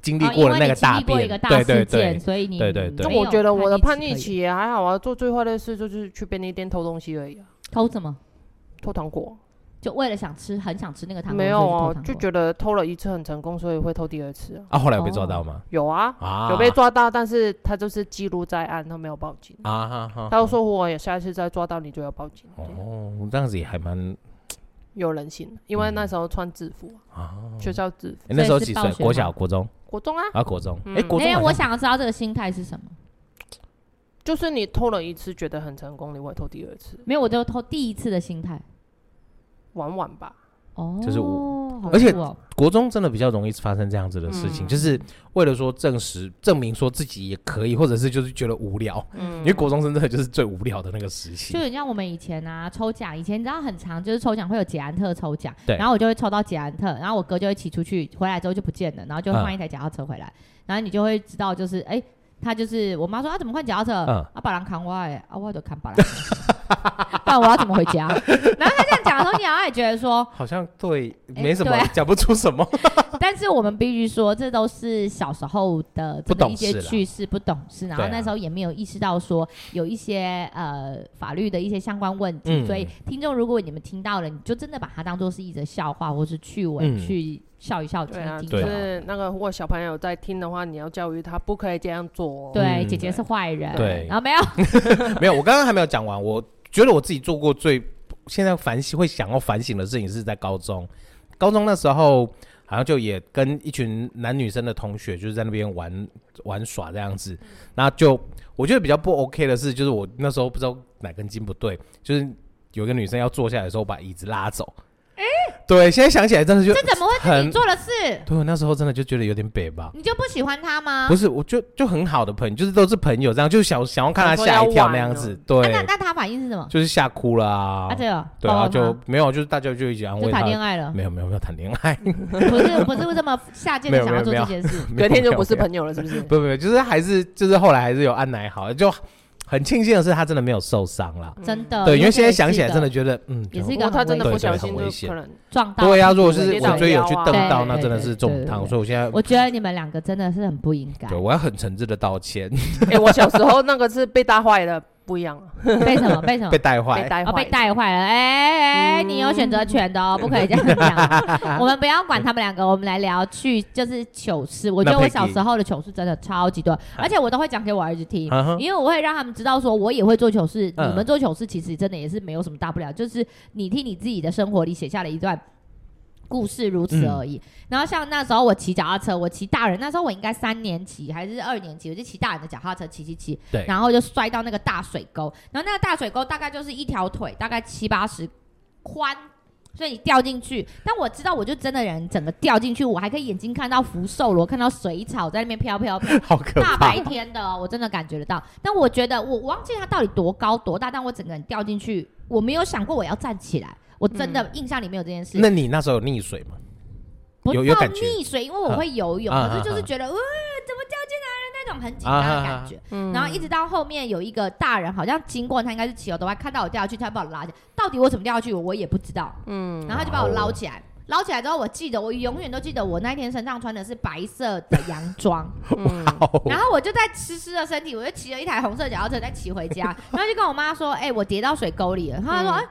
[SPEAKER 2] 经历
[SPEAKER 1] 哦
[SPEAKER 2] 过
[SPEAKER 1] 因
[SPEAKER 2] 了
[SPEAKER 1] 为
[SPEAKER 2] 那
[SPEAKER 1] 你
[SPEAKER 2] 个
[SPEAKER 1] 经
[SPEAKER 2] 大
[SPEAKER 1] 历过一
[SPEAKER 2] 变
[SPEAKER 1] 个，大
[SPEAKER 2] 对对
[SPEAKER 1] 事
[SPEAKER 2] 对
[SPEAKER 1] 件，，所以你
[SPEAKER 2] 对对对
[SPEAKER 3] 就
[SPEAKER 1] 没有
[SPEAKER 3] 我觉得我的叛
[SPEAKER 1] 逆
[SPEAKER 3] 逆
[SPEAKER 1] 期
[SPEAKER 3] 期也还好啊，做最坏的事就是去便利店偷东西而已啊，
[SPEAKER 1] 可以偷什么？
[SPEAKER 3] 偷糖果。
[SPEAKER 1] 就为了想吃，很想吃那个糖果，
[SPEAKER 3] 没有
[SPEAKER 1] 所以
[SPEAKER 3] 啊
[SPEAKER 1] 去偷糖，
[SPEAKER 3] 就
[SPEAKER 1] 果
[SPEAKER 3] 觉得偷了一次很成功，所以会偷第二次啊。
[SPEAKER 2] 啊，后来有被
[SPEAKER 1] 哦
[SPEAKER 2] 抓到吗？
[SPEAKER 3] 有啊，
[SPEAKER 2] 啊，
[SPEAKER 3] 有被抓到，但是他就是记录在案，他没有报警。
[SPEAKER 2] 啊哈哈，
[SPEAKER 3] 他就说我也下次再抓到你就要报警，对
[SPEAKER 2] 哦，这样子也还蛮
[SPEAKER 3] 有人性的，因为那时候穿制服啊，
[SPEAKER 2] 嗯啊。
[SPEAKER 3] 学校制服，
[SPEAKER 2] 诶那时候
[SPEAKER 1] 所以
[SPEAKER 2] 几
[SPEAKER 1] 是报
[SPEAKER 2] 岁？
[SPEAKER 1] 学
[SPEAKER 2] 国
[SPEAKER 1] 吗
[SPEAKER 2] 小、国中
[SPEAKER 3] 国中啊，
[SPEAKER 2] 啊，国中。
[SPEAKER 3] 嗯
[SPEAKER 2] 哎，国中
[SPEAKER 1] 因
[SPEAKER 2] 好
[SPEAKER 1] 为我
[SPEAKER 2] 像。
[SPEAKER 1] 想要知道这个心态是什么。
[SPEAKER 3] 就是你偷了一次觉得很成功，你会偷第二次，
[SPEAKER 1] 没有，我就偷第一次的心态。
[SPEAKER 3] 玩玩吧。
[SPEAKER 1] 哦，
[SPEAKER 2] 就是
[SPEAKER 1] 我
[SPEAKER 2] 而且国中真的比较容易发生这样子的事情，
[SPEAKER 3] 嗯
[SPEAKER 2] 就是为了说证实、证明说自己也可以，或者是就是觉得无聊，
[SPEAKER 3] 嗯，
[SPEAKER 2] 因为国中生真的就是最无聊的那个时期
[SPEAKER 1] 就。很像我们以前啊抽奖，以前你知道很长，就是抽奖会有捷安特抽奖，
[SPEAKER 2] 对
[SPEAKER 1] 然后我就会抽到捷安特，然后我哥就会骑出去，回来之后就不见了，然后就会
[SPEAKER 2] 嗯
[SPEAKER 1] 换一台脚踏车回来，然后你就会知道就是哎。他就是我妈说啊，怎么换脚踏车？
[SPEAKER 2] 嗯
[SPEAKER 1] 啊，把人扛我哎，啊，我就扛把人， 不然我要怎么回家？ 然后他这样讲的时候，你好像也觉得说，
[SPEAKER 2] 好像对，
[SPEAKER 1] 诶
[SPEAKER 2] 没什么
[SPEAKER 1] 对啊，
[SPEAKER 2] 讲不出什么。
[SPEAKER 1] 但是我们必须说，这都是小时候的
[SPEAKER 2] 不
[SPEAKER 1] 真的
[SPEAKER 2] 懂
[SPEAKER 1] 一
[SPEAKER 2] 事
[SPEAKER 1] 些
[SPEAKER 2] 啦
[SPEAKER 1] 趣事，不懂事，然后
[SPEAKER 2] 对啊
[SPEAKER 1] 那时候也没有意识到说有一些呃法律的一些相关问题，
[SPEAKER 2] 嗯
[SPEAKER 1] 所以听众如果你们听到了，你就真的把它当做是一则笑话或是趣闻、
[SPEAKER 2] 嗯
[SPEAKER 1] 去笑一笑、听
[SPEAKER 3] 对啊，
[SPEAKER 1] 一
[SPEAKER 3] 就
[SPEAKER 1] 听。
[SPEAKER 3] 是那个如果小朋友在听的话，你要教育他不可以这样做哦。
[SPEAKER 1] 对，
[SPEAKER 2] 嗯
[SPEAKER 1] 姐姐是坏人，
[SPEAKER 2] 对
[SPEAKER 1] 然后没有，
[SPEAKER 2] 没有，我刚刚还没有讲完。我觉得我自己做过最现在反省会想要反省的事情是在高中。高中那时候好像就也跟一群男女生的同学就是在那边玩玩耍这样子，那就我觉得比较不 OK 的是，就是我那时候不知道哪根筋不对，就是有一个女生要坐下来的时候把椅子拉走。对，现在想起来真的就
[SPEAKER 1] 这怎么会是你
[SPEAKER 2] 很
[SPEAKER 1] 做的事？
[SPEAKER 2] 对，我那时候真的就觉得有点北吧。
[SPEAKER 1] 你就不喜欢他吗？
[SPEAKER 2] 不
[SPEAKER 1] 是，
[SPEAKER 2] 是，我就就很好的朋友，就是都是朋友这样，就是想想要看他吓一跳那样子，对。
[SPEAKER 1] 那那他反应是什么？
[SPEAKER 2] 就是吓哭了啊
[SPEAKER 1] 啊，这个
[SPEAKER 2] 对
[SPEAKER 1] 抱
[SPEAKER 2] 啊，
[SPEAKER 1] 抱
[SPEAKER 2] 就
[SPEAKER 1] 吗
[SPEAKER 2] 没有，就是大家就一起安
[SPEAKER 1] 就
[SPEAKER 2] 慰他
[SPEAKER 1] 谈。恋爱了，
[SPEAKER 2] 没有没有没有谈恋爱，
[SPEAKER 1] 不是不是这么下贱
[SPEAKER 2] 没
[SPEAKER 1] 的
[SPEAKER 2] 有
[SPEAKER 1] 想要做
[SPEAKER 2] 没
[SPEAKER 1] 这
[SPEAKER 2] 有
[SPEAKER 1] 件 事。
[SPEAKER 3] 隔天就不是
[SPEAKER 2] 友。
[SPEAKER 3] 朋友了，是 不是？
[SPEAKER 2] 不不，不就是还是就是后来还是有安奶好，就很庆幸的是他真的没有受伤啦。
[SPEAKER 3] 嗯
[SPEAKER 1] 真的，
[SPEAKER 2] 对，因为现在
[SPEAKER 1] 也是
[SPEAKER 2] 想起来
[SPEAKER 1] 一个
[SPEAKER 2] 真的觉得，嗯，
[SPEAKER 1] 也是一
[SPEAKER 3] 如
[SPEAKER 1] 个
[SPEAKER 3] 果他
[SPEAKER 1] 很
[SPEAKER 3] 真的
[SPEAKER 1] 危
[SPEAKER 3] 不
[SPEAKER 1] 险
[SPEAKER 3] 小
[SPEAKER 2] 对
[SPEAKER 3] 心，
[SPEAKER 2] 很危
[SPEAKER 3] 就
[SPEAKER 2] 险
[SPEAKER 3] 可能
[SPEAKER 1] 撞到
[SPEAKER 2] 对啊，如果
[SPEAKER 1] 自己
[SPEAKER 2] 是
[SPEAKER 1] 的
[SPEAKER 2] 我追友去
[SPEAKER 3] 对
[SPEAKER 2] 蹬
[SPEAKER 3] 对
[SPEAKER 2] 到，
[SPEAKER 1] 对
[SPEAKER 2] 那真的是
[SPEAKER 1] 对对
[SPEAKER 2] 中
[SPEAKER 1] 对
[SPEAKER 2] 汤，所以我现在
[SPEAKER 1] 我觉得你们两个真的是很不应该
[SPEAKER 2] 对，我要很诚挚的道歉，
[SPEAKER 1] 嗯
[SPEAKER 3] 哎、我小时候那个是被带坏的，不一 样啊，
[SPEAKER 1] 被什么被什么
[SPEAKER 2] 被。带
[SPEAKER 3] 被
[SPEAKER 2] 坏。
[SPEAKER 3] 带坏、
[SPEAKER 1] 哦，被。带坏了！哎、哎，你有选择权的哦，不可以这样 讲。我们不要管他们两个，我们来聊去就是糗事。我觉得
[SPEAKER 2] 那
[SPEAKER 1] 我
[SPEAKER 2] Peggy
[SPEAKER 1] 小时候的糗事真的超级多，而且我都会讲给我儿子听
[SPEAKER 2] 嗯哼，
[SPEAKER 1] 因为我会让他们知道说我也会做糗事。
[SPEAKER 2] 嗯
[SPEAKER 1] 你们做糗事其实真的也是没有什么大不了，就是你替你自己的生活里写下了一段故事如此
[SPEAKER 2] 嗯
[SPEAKER 1] 而已。然后像那时候我骑脚踏车，我骑大人，那时候我应该三年级还是二年级，我就骑大人的脚踏车骑骑骑，
[SPEAKER 2] 对
[SPEAKER 1] 然后就摔到那个大水沟，然后那个大水沟大概就是一条腿，大概七八十宽。所以你掉进去，但我知道，我就真的人整个掉进去，我还可以眼睛看到福寿螺，看到水草在那边飘飘飘，
[SPEAKER 2] 好可
[SPEAKER 1] 大
[SPEAKER 2] 怕
[SPEAKER 1] 白！天的哦、我真的感觉得到。但我觉得我我忘记它到底多高多大，但我整个人掉进去，我没有想过我要站起来。我真
[SPEAKER 3] 嗯
[SPEAKER 1] 的印象里面有这件事，
[SPEAKER 2] 那你那时候有溺水吗？
[SPEAKER 1] 不
[SPEAKER 2] 有有
[SPEAKER 1] 到
[SPEAKER 2] 感觉
[SPEAKER 1] 溺水，因为我会游泳，
[SPEAKER 2] 啊
[SPEAKER 1] 可是就是
[SPEAKER 2] 啊啊
[SPEAKER 1] 觉得，哇、怎么掉进来了那种很紧张的感觉。
[SPEAKER 3] 嗯
[SPEAKER 1] 然后一直到后面有一个大人好像经过，他应该是骑楼的话，看到我掉下去，他把我拉起来。到底我怎么掉下去，我我也不知道。
[SPEAKER 3] 嗯，
[SPEAKER 1] 然后他就
[SPEAKER 2] 哦
[SPEAKER 1] 把我捞起来，捞起来之后，我记得我永远都记得我那一天身上穿的是白色的洋装。
[SPEAKER 3] 嗯
[SPEAKER 2] 哦
[SPEAKER 1] 然后我就在湿湿的身体，我就骑了一台红色脚踏车再骑回 家，然后就跟我妈说：“哎、我跌到水沟里了。”她说：“
[SPEAKER 3] 嗯
[SPEAKER 1] 哎、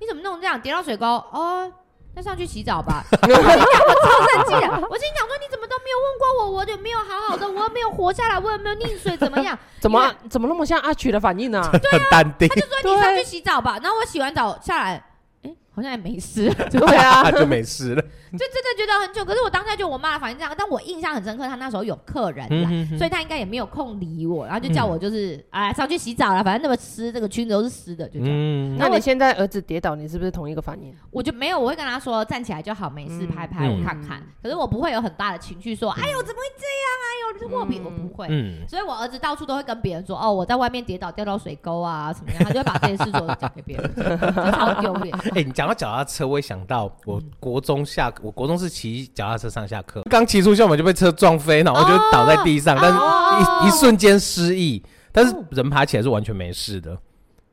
[SPEAKER 1] 你怎么弄这样？跌到水沟哦。”那上去洗澡 吧，我跟你讲我超生气的。我心想说，你怎么都没有问过我，我有没有好好的，我有没有活下来，我有没有溺水，怎么样？
[SPEAKER 3] 怎么啊怎么那么像阿曲的反应呢？啊
[SPEAKER 2] 很淡定，
[SPEAKER 1] 就说你上去洗澡吧。然后我洗完澡下来，哎，好像也没事，就
[SPEAKER 3] 对 啊，
[SPEAKER 2] 就没事了。
[SPEAKER 1] 就真的觉得很久。可是我当下就我妈的反应这样，但我印象很深刻，她那时候有客人来，
[SPEAKER 2] 嗯哼哼嗯
[SPEAKER 1] 所以她应该也没有空理我，然后就叫我就是哎、上去洗澡了，反正那么湿，这个裙子都是湿的，就这样。
[SPEAKER 2] 嗯
[SPEAKER 3] 那你现在儿子跌倒，你是不是同一个反应？
[SPEAKER 1] 我就没有，我会跟她说站起来就好，没事，
[SPEAKER 3] 嗯
[SPEAKER 1] 拍拍我看看。可是我不会有很大的情绪说，哎呦怎么会这样？哎呦握笔，
[SPEAKER 3] 嗯
[SPEAKER 1] 我不会。
[SPEAKER 2] 嗯，
[SPEAKER 1] 所以，我儿子到处都会跟别人说：“哦，我在外面跌倒，掉到水沟啊，什么样？”他就会把这件事做讲给别人听，就超丢脸。
[SPEAKER 2] 哎，你讲到脚踏车，我也想到我
[SPEAKER 1] 嗯
[SPEAKER 2] 国中下，我国中是骑脚踏车上下课，刚骑出校门就被车撞飞，然后就倒在地上，但
[SPEAKER 1] 哦
[SPEAKER 2] 是一一瞬间失忆，但是人爬起来是完全没事的，
[SPEAKER 1] 嗯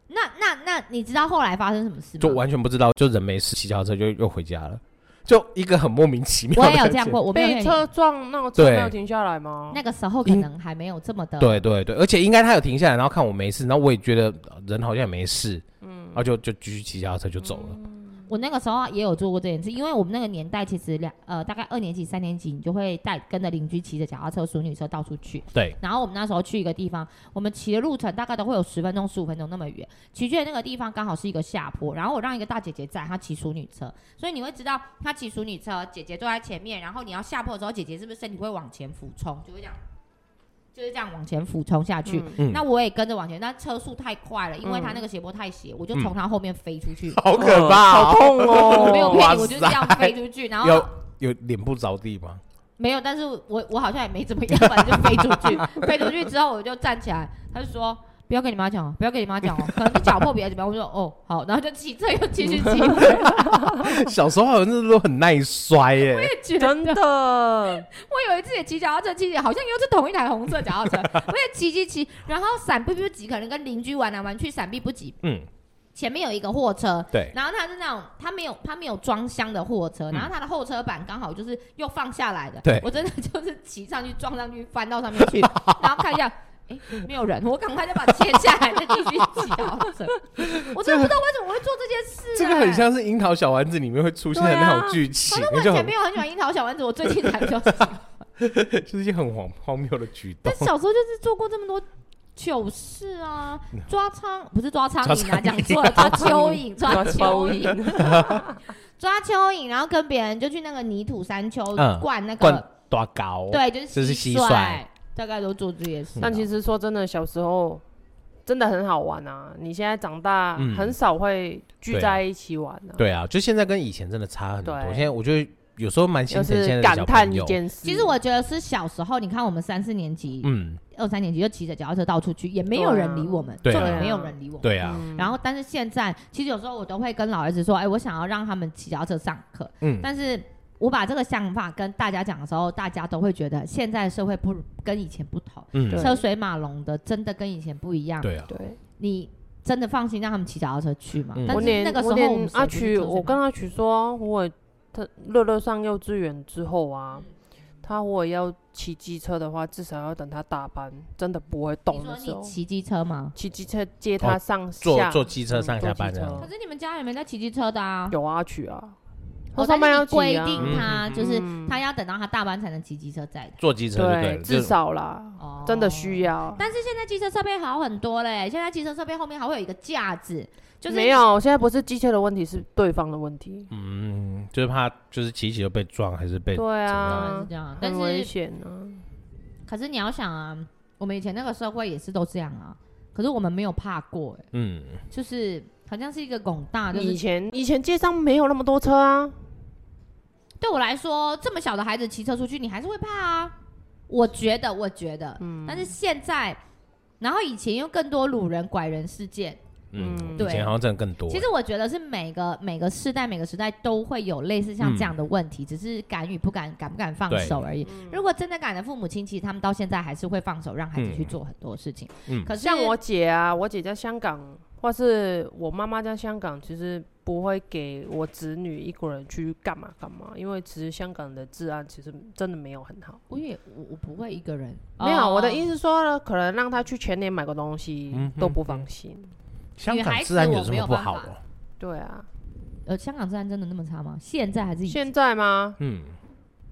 [SPEAKER 1] 那那那，你知道后来发生什么事吗？
[SPEAKER 2] 就完全不知道，就人没事，骑脚踏车就又回家了，就一个很莫名其妙。
[SPEAKER 1] 我也有这样过，，我没有
[SPEAKER 3] 被
[SPEAKER 1] 骗你
[SPEAKER 3] 车撞，那个车
[SPEAKER 2] 对
[SPEAKER 3] 没有停下来吗？
[SPEAKER 1] 那个时候可能还没有这么的，
[SPEAKER 2] 对对对，而且应该他有停下来，然后看我没事，然后我也觉得呃人好像也没事，嗯，然后就就继续骑脚踏车就走了。
[SPEAKER 1] 嗯我那个时候也有做过这件事，因为我们那个年代其实两呃大概二年级、三年级，你就会带跟着邻居骑着脚踏车、淑女车到处去。
[SPEAKER 2] 对，
[SPEAKER 1] 然后我们那时候去一个地方，我们骑的路程大概都会有十分钟、十五分钟那么远。骑去的那个地方刚好是一个下坡，然后我让一个大姐姐载，她骑淑女车，所以你会知道她骑淑女车，姐姐坐在前面，然后你要下坡的时候，姐姐是不是身体会往前俯冲，就会这样，就是这样往前俯冲下去。
[SPEAKER 2] 嗯
[SPEAKER 1] 那我也跟着往前，但车速太快了，因为
[SPEAKER 3] 嗯
[SPEAKER 1] 它那个斜坡太斜，我就从它后面飞出去。
[SPEAKER 2] 好
[SPEAKER 3] 好痛 哦！
[SPEAKER 1] 我没有骗你，我就是这
[SPEAKER 2] 哇塞
[SPEAKER 1] 样飞出去，然后
[SPEAKER 2] 有有脸部着地吗？
[SPEAKER 1] 没有，但是我我好像也没怎么样，反正就飞出 去。飞出去之后，我就站起来，他就说。不要跟你妈讲哦，不要跟你妈讲 哦，可能你脚破皮还是怎么样？我就说哦好，然后就骑车又继续骑
[SPEAKER 2] 嗯
[SPEAKER 1] 回来。
[SPEAKER 2] 小时候好像是都很耐摔耶、
[SPEAKER 1] 觉得
[SPEAKER 3] 真的，
[SPEAKER 1] 我有一次也骑脚踏车，骑骑好像又是同一台红色脚踏车， 我也骑骑骑，然后闪避不及，可能跟邻居玩来啊玩去，闪避不及，
[SPEAKER 2] 嗯，
[SPEAKER 1] 前面有一个货车，
[SPEAKER 2] 对，
[SPEAKER 1] 然后它是那种它没有它没有装箱的货车，
[SPEAKER 2] 嗯
[SPEAKER 1] 然后它的后车板刚好就是又放下来的，
[SPEAKER 2] 对
[SPEAKER 1] 我真的就是骑上去撞上去翻到上面 去，然后看一下。哎，没有人，我赶快再把它切下来，再继续骑啊！我真的不知道为什么我会做这件事、
[SPEAKER 2] 这个很
[SPEAKER 1] 哎。
[SPEAKER 2] 像是《樱桃小丸子》里面会出现的那种剧情
[SPEAKER 1] 反，正我以
[SPEAKER 2] 就
[SPEAKER 1] 前
[SPEAKER 2] 很
[SPEAKER 1] 没有很喜欢樱桃小丸子，我最近才 比较喜欢。
[SPEAKER 2] 就是一些很荒荒谬的举动
[SPEAKER 1] 但。小时候就是做过这么多糗事啊，抓苍不是抓苍
[SPEAKER 2] 嗯抓
[SPEAKER 1] 蝇啊，
[SPEAKER 2] 苍
[SPEAKER 1] 讲错了， 抓蚯蚓，抓
[SPEAKER 3] 抓
[SPEAKER 1] 蚯
[SPEAKER 3] 蚯
[SPEAKER 1] 蚓。抓蚯蚓，然后跟别人就去那个泥土山丘
[SPEAKER 2] 嗯
[SPEAKER 1] 灌那个，
[SPEAKER 2] 灌多高，，
[SPEAKER 1] 对，就是
[SPEAKER 2] 哦就是
[SPEAKER 1] 蟋
[SPEAKER 2] 蟋
[SPEAKER 1] 蟀
[SPEAKER 2] 蟀，嗯
[SPEAKER 1] 大概都做这些事。
[SPEAKER 3] 但其实说真的，小时候真的很好玩啊！你现在长大
[SPEAKER 2] 嗯
[SPEAKER 3] 很少会聚
[SPEAKER 2] 对
[SPEAKER 3] 在一起玩啊，
[SPEAKER 2] 对啊，就现在跟以前真的差很多。
[SPEAKER 3] 对
[SPEAKER 2] 现在我觉得有时候蛮心
[SPEAKER 3] 就
[SPEAKER 2] 疼现在
[SPEAKER 3] 是
[SPEAKER 2] 的
[SPEAKER 3] 感
[SPEAKER 2] 小
[SPEAKER 3] 叹
[SPEAKER 2] 朋
[SPEAKER 3] 一
[SPEAKER 2] 友，
[SPEAKER 3] 件事。
[SPEAKER 1] 其实我觉得是小时候，你看我们三四年级、
[SPEAKER 2] 嗯，
[SPEAKER 1] 二三年级就骑着脚踏车到处去，也没有人理我们，
[SPEAKER 2] 对啊
[SPEAKER 1] 重点没有人理我们。
[SPEAKER 2] 对啊，
[SPEAKER 3] 嗯
[SPEAKER 1] 然后，但是现在其实有时候我都会跟老儿子说，哎、我想要让他们骑脚踏车上课，
[SPEAKER 2] 嗯，
[SPEAKER 1] 但是我把这个想法跟大家讲的时候，大家都会觉得现在社会不跟以前不同，
[SPEAKER 2] 嗯，
[SPEAKER 3] 对
[SPEAKER 1] 车水马龙的，真的跟以前不一样。
[SPEAKER 2] 对啊，
[SPEAKER 3] 对，
[SPEAKER 1] 你真的放心让他们骑脚踏车去吗？
[SPEAKER 2] 嗯
[SPEAKER 1] 但
[SPEAKER 3] 我
[SPEAKER 1] 是
[SPEAKER 3] 连
[SPEAKER 1] 那个时
[SPEAKER 3] 我
[SPEAKER 1] 候
[SPEAKER 3] 连
[SPEAKER 1] 们谁
[SPEAKER 3] 阿
[SPEAKER 1] 不是
[SPEAKER 3] 曲，
[SPEAKER 1] 车水
[SPEAKER 3] 我跟
[SPEAKER 1] 马
[SPEAKER 3] 阿曲说，我他乐乐上幼稚园之后啊，他如果要骑机车的话，至少要等他大班，真的不会动
[SPEAKER 1] 龙
[SPEAKER 3] 的
[SPEAKER 1] 你
[SPEAKER 3] 时
[SPEAKER 1] 说
[SPEAKER 3] 候
[SPEAKER 1] 你，骑机车吗？
[SPEAKER 3] 骑机车接他
[SPEAKER 2] 哦
[SPEAKER 3] 上
[SPEAKER 2] 坐
[SPEAKER 3] 下。
[SPEAKER 2] 坐机车
[SPEAKER 3] 嗯
[SPEAKER 2] 上
[SPEAKER 3] 坐
[SPEAKER 2] 下
[SPEAKER 3] 机
[SPEAKER 2] 班这
[SPEAKER 3] 车
[SPEAKER 2] 样，
[SPEAKER 1] 可是你们家里没在骑机车的啊。
[SPEAKER 3] 有啊阿曲啊，
[SPEAKER 1] 哦但
[SPEAKER 3] 他上班
[SPEAKER 1] 是
[SPEAKER 3] 要
[SPEAKER 1] 你规
[SPEAKER 3] 骑啊
[SPEAKER 1] 定他，就是
[SPEAKER 3] 嗯
[SPEAKER 1] 他要等到他大班才能骑机车载他。
[SPEAKER 2] 坐机车就对了，
[SPEAKER 3] 至
[SPEAKER 2] 就
[SPEAKER 3] 少啦，
[SPEAKER 1] 哦
[SPEAKER 3] 真的需。要。
[SPEAKER 1] 但是现在机车设备好很多嘞，现在机车设备后面还会有一个架子，就是
[SPEAKER 3] 没有，现在不是机车的问题，是对方的问题。
[SPEAKER 2] 嗯，嗯，就是怕就是骑一骑就被撞，还是被
[SPEAKER 3] 对
[SPEAKER 1] 当然
[SPEAKER 3] 啊
[SPEAKER 1] 是，这样，但
[SPEAKER 3] 很危
[SPEAKER 1] 是
[SPEAKER 3] 险啊呢。
[SPEAKER 1] 可是你要想啊，我们以前那个社会也是都这样啊，可是我们没有怕过、欸，
[SPEAKER 2] 嗯，
[SPEAKER 1] 就是好像是一个拱大，就
[SPEAKER 3] 以
[SPEAKER 1] 是
[SPEAKER 3] 前以前街上没有那么多车啊，
[SPEAKER 1] 对我来说，这么小的孩子骑车出去，你还是会怕啊。我觉得，我觉得，
[SPEAKER 3] 嗯
[SPEAKER 1] 但是现在，然后以前又更多掳人拐人事件，
[SPEAKER 2] 嗯，
[SPEAKER 3] 嗯
[SPEAKER 2] 以
[SPEAKER 1] 对
[SPEAKER 2] 前好像真的更多。
[SPEAKER 1] 其实我觉得是每个每个世代每个时代都会有类似像这样的问
[SPEAKER 2] 嗯
[SPEAKER 1] 题，只是敢与不敢、敢不敢放手而已。
[SPEAKER 3] 嗯
[SPEAKER 1] 如果真的敢的父母亲，其实他们到现在还是会放手让孩子去做很多事情。
[SPEAKER 2] 嗯
[SPEAKER 1] 可是
[SPEAKER 3] 像我姐啊，我姐在香港，或是我妈妈在香港，其实不会给我子女一个人去干嘛干嘛，因为其实香港的治安其实真的没有很好。
[SPEAKER 1] 我也我我不会一个人，啊
[SPEAKER 3] 没有，啊我的
[SPEAKER 1] 思。
[SPEAKER 3] 意思说呢，可能让她去全年买个东西
[SPEAKER 2] 嗯哼
[SPEAKER 3] 都不放心。
[SPEAKER 2] 香
[SPEAKER 1] 女
[SPEAKER 2] 港
[SPEAKER 1] 孩子
[SPEAKER 2] 治安
[SPEAKER 1] 我
[SPEAKER 2] 有什
[SPEAKER 1] 没
[SPEAKER 2] 么
[SPEAKER 1] 有
[SPEAKER 2] 不
[SPEAKER 1] 办
[SPEAKER 2] 好
[SPEAKER 1] 法
[SPEAKER 2] 哦？
[SPEAKER 3] 对啊，
[SPEAKER 1] 呃，香港治安真的那么差吗？现在还是以前？
[SPEAKER 3] 现在吗？
[SPEAKER 2] 嗯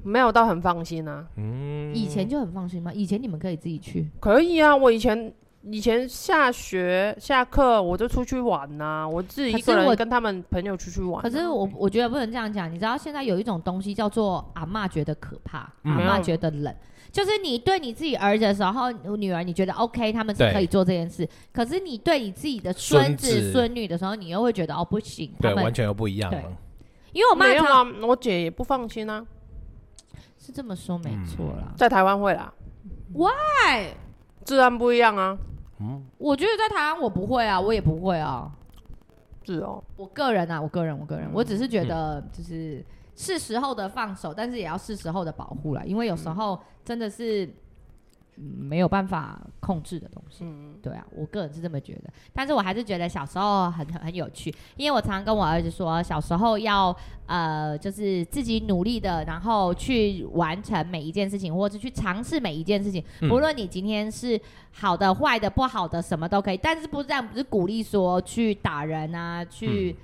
[SPEAKER 3] 没有到很放心啊。
[SPEAKER 2] 嗯，
[SPEAKER 1] 以前就很放心吗？以前你们可以自己去，
[SPEAKER 3] 可以啊，我以前以前下学下课我就出去玩呐、我自己一
[SPEAKER 1] 可是
[SPEAKER 3] 个
[SPEAKER 1] 我
[SPEAKER 3] 人跟他们朋友出去玩啊、
[SPEAKER 1] 可是我我觉得不能这样讲。你知道现在有一种东西叫做阿嬷觉得可怕，
[SPEAKER 2] 嗯
[SPEAKER 1] 阿嬷觉得冷，就是你对你自己儿子的时候，女儿你觉得 OK，他们是
[SPEAKER 2] 对
[SPEAKER 1] 可以做这件事。可是你对你自己的孙
[SPEAKER 2] 孙
[SPEAKER 1] 子
[SPEAKER 2] 子
[SPEAKER 1] 孙女的时候，你又会觉得哦不行，他
[SPEAKER 2] 对
[SPEAKER 1] 们
[SPEAKER 2] 完全又不一样
[SPEAKER 1] 对
[SPEAKER 2] 了。
[SPEAKER 1] 因为我妈
[SPEAKER 3] 没有
[SPEAKER 1] 常
[SPEAKER 3] 啊，我姐也不放心啊，
[SPEAKER 1] 是这么说没
[SPEAKER 2] 嗯
[SPEAKER 1] 错啦。
[SPEAKER 3] 在台湾会啦，
[SPEAKER 1] 哎，
[SPEAKER 3] 治安不一样啊，
[SPEAKER 1] 我觉得在台湾我不会啊，我也不会啊。
[SPEAKER 3] 是哦，
[SPEAKER 1] 我个人啊，我个人，我个人，我只是
[SPEAKER 2] 嗯
[SPEAKER 1] 觉得就是是时候的放手，但是也要是时候的保护啦，因为有
[SPEAKER 3] 嗯
[SPEAKER 1] 时候真的是、嗯没有办法控制的东西。
[SPEAKER 3] 嗯，
[SPEAKER 1] 对啊，我个人是这么觉得，但是我还是觉得小时候很很很有趣，因为我常常跟我儿子说，小时候要呃，就是自己努力的，然后去完成每一件事情，或者去尝试每一件事情，
[SPEAKER 2] 嗯
[SPEAKER 1] 不论你今天是好的、坏的、不好的，什么都可以，但是不是这样，不是鼓励说去打人啊，去
[SPEAKER 3] 嗯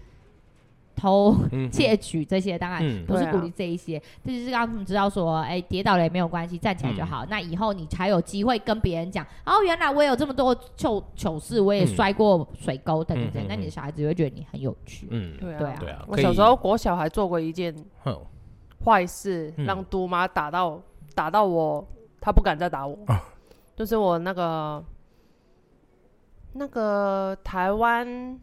[SPEAKER 1] 偷、
[SPEAKER 2] 嗯
[SPEAKER 1] 窃取这些，当然
[SPEAKER 2] 嗯
[SPEAKER 1] 不是
[SPEAKER 3] 对啊
[SPEAKER 1] 鼓励这一些，这就是让他们知道说，哎、跌倒了也没有关系，站起来就
[SPEAKER 2] 嗯
[SPEAKER 1] 好。那以后你才有机会跟别人讲，哦，原来我有这么多糗糗事，我也
[SPEAKER 2] 嗯
[SPEAKER 1] 摔过水沟等等等，
[SPEAKER 2] 嗯嗯
[SPEAKER 1] 那你的小孩子会觉得你很有趣。
[SPEAKER 2] 嗯，
[SPEAKER 3] 对啊，
[SPEAKER 1] 对啊
[SPEAKER 2] 对啊，
[SPEAKER 3] 我
[SPEAKER 2] 可
[SPEAKER 3] 小
[SPEAKER 2] 以
[SPEAKER 3] 时候国小还做过一件
[SPEAKER 2] 哼
[SPEAKER 3] 坏事，
[SPEAKER 2] 嗯
[SPEAKER 3] 让嘟妈打到打到我，她不敢再打我，
[SPEAKER 2] 啊
[SPEAKER 3] 就是我那个那个台湾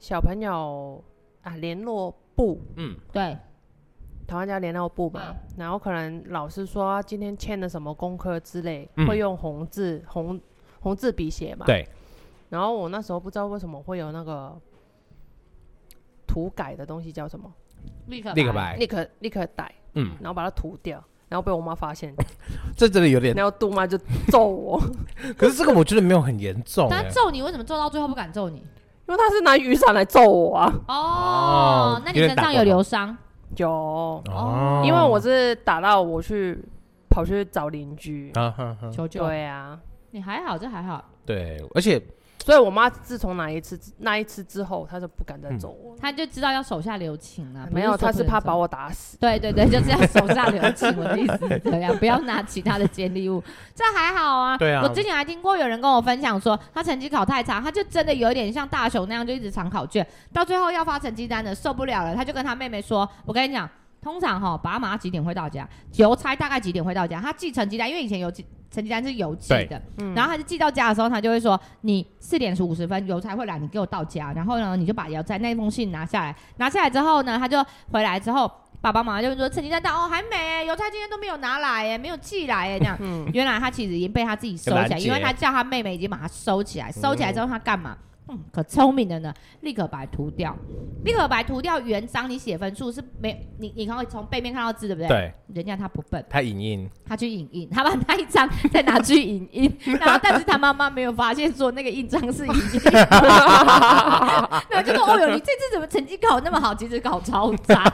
[SPEAKER 3] 小朋友啊联络部，
[SPEAKER 2] 嗯
[SPEAKER 1] 对，
[SPEAKER 3] 台湾叫联络部嘛，然后可能老师说啊今天欠了什么功课之类，
[SPEAKER 2] 嗯
[SPEAKER 3] 会用红字红红字笔写嘛，
[SPEAKER 2] 对，
[SPEAKER 3] 然后我那时候不知道为什么会有那个涂改的东西叫什么，
[SPEAKER 1] 立刻
[SPEAKER 2] 立刻白
[SPEAKER 3] 立刻立刻改，
[SPEAKER 2] 嗯，
[SPEAKER 3] 然后把它涂掉，然后被我妈发 现，
[SPEAKER 2] 这真的有点，
[SPEAKER 3] 然后杜妈就揍我，
[SPEAKER 2] 可是这个我觉得没有很严重
[SPEAKER 1] 他
[SPEAKER 2] 欸。
[SPEAKER 1] 揍你，为什么揍到最后不敢揍你？
[SPEAKER 3] 因为她是拿雨伞来揍我啊。
[SPEAKER 1] 哦，
[SPEAKER 2] 哦
[SPEAKER 1] 那你
[SPEAKER 2] 有点
[SPEAKER 1] 身
[SPEAKER 2] 打
[SPEAKER 1] 上
[SPEAKER 2] 过
[SPEAKER 1] 有
[SPEAKER 2] 头
[SPEAKER 1] 留伤，
[SPEAKER 3] 有，
[SPEAKER 1] 哦
[SPEAKER 3] 因为我是打到我去跑去找邻居，
[SPEAKER 2] 啊哈哈，
[SPEAKER 1] 哦求救。
[SPEAKER 3] 对啊，
[SPEAKER 1] 你还好，这还好。
[SPEAKER 2] 对，而且
[SPEAKER 3] 所以我妈自从那一次那一次之后，她就不敢再揍我了。
[SPEAKER 1] 他就知道要手下留情啊，
[SPEAKER 3] 没有，她是怕把
[SPEAKER 1] 我。
[SPEAKER 3] 我打死。
[SPEAKER 1] 对对对，就是要手下留情，我的意思是这样，不要拿其他的尖利物，这还好啊。
[SPEAKER 2] 对啊
[SPEAKER 1] 我之前还听过有人跟我分享说，他成绩考太差，他就真的有点像大雄那样，就一直藏考卷，到最后要发成绩单的受不了了，他就跟他妹妹说：“我跟你讲，通常哈、爸妈几点会到家，邮差大概几点会到家，他寄成绩单，因为以前邮寄成绩单是邮寄的，
[SPEAKER 3] 嗯
[SPEAKER 1] 然后他就寄到家的时候，他就会说：“你四点五十分邮差会来，你给我到家。”然后呢，你就把邮差那封信拿下来，拿下来之后呢，他就回来之后，爸爸妈妈就会说：“成绩单到哦，还没，邮差今天都没有拿来耶，没有寄来耶。”这样，
[SPEAKER 3] 嗯，
[SPEAKER 1] 原来他其实已经被他自己收起
[SPEAKER 2] 拦
[SPEAKER 1] 来，
[SPEAKER 2] 截
[SPEAKER 1] 因为他叫他妹妹已经把他收起来，收起来之后他干嘛？嗯，可聪明的呢，立刻把它涂掉，立刻把它涂掉。原章你写分数是没你，你可以从背面看到字，对不对？
[SPEAKER 2] 对
[SPEAKER 1] 人家他不笨，
[SPEAKER 2] 他影印，
[SPEAKER 1] 他去影印，他把那一张再拿去影印，然后但是他妈妈没有发现说那个印章是影印， 然后就说：“哦哟，你这次怎么成绩考那么好？其实考超差，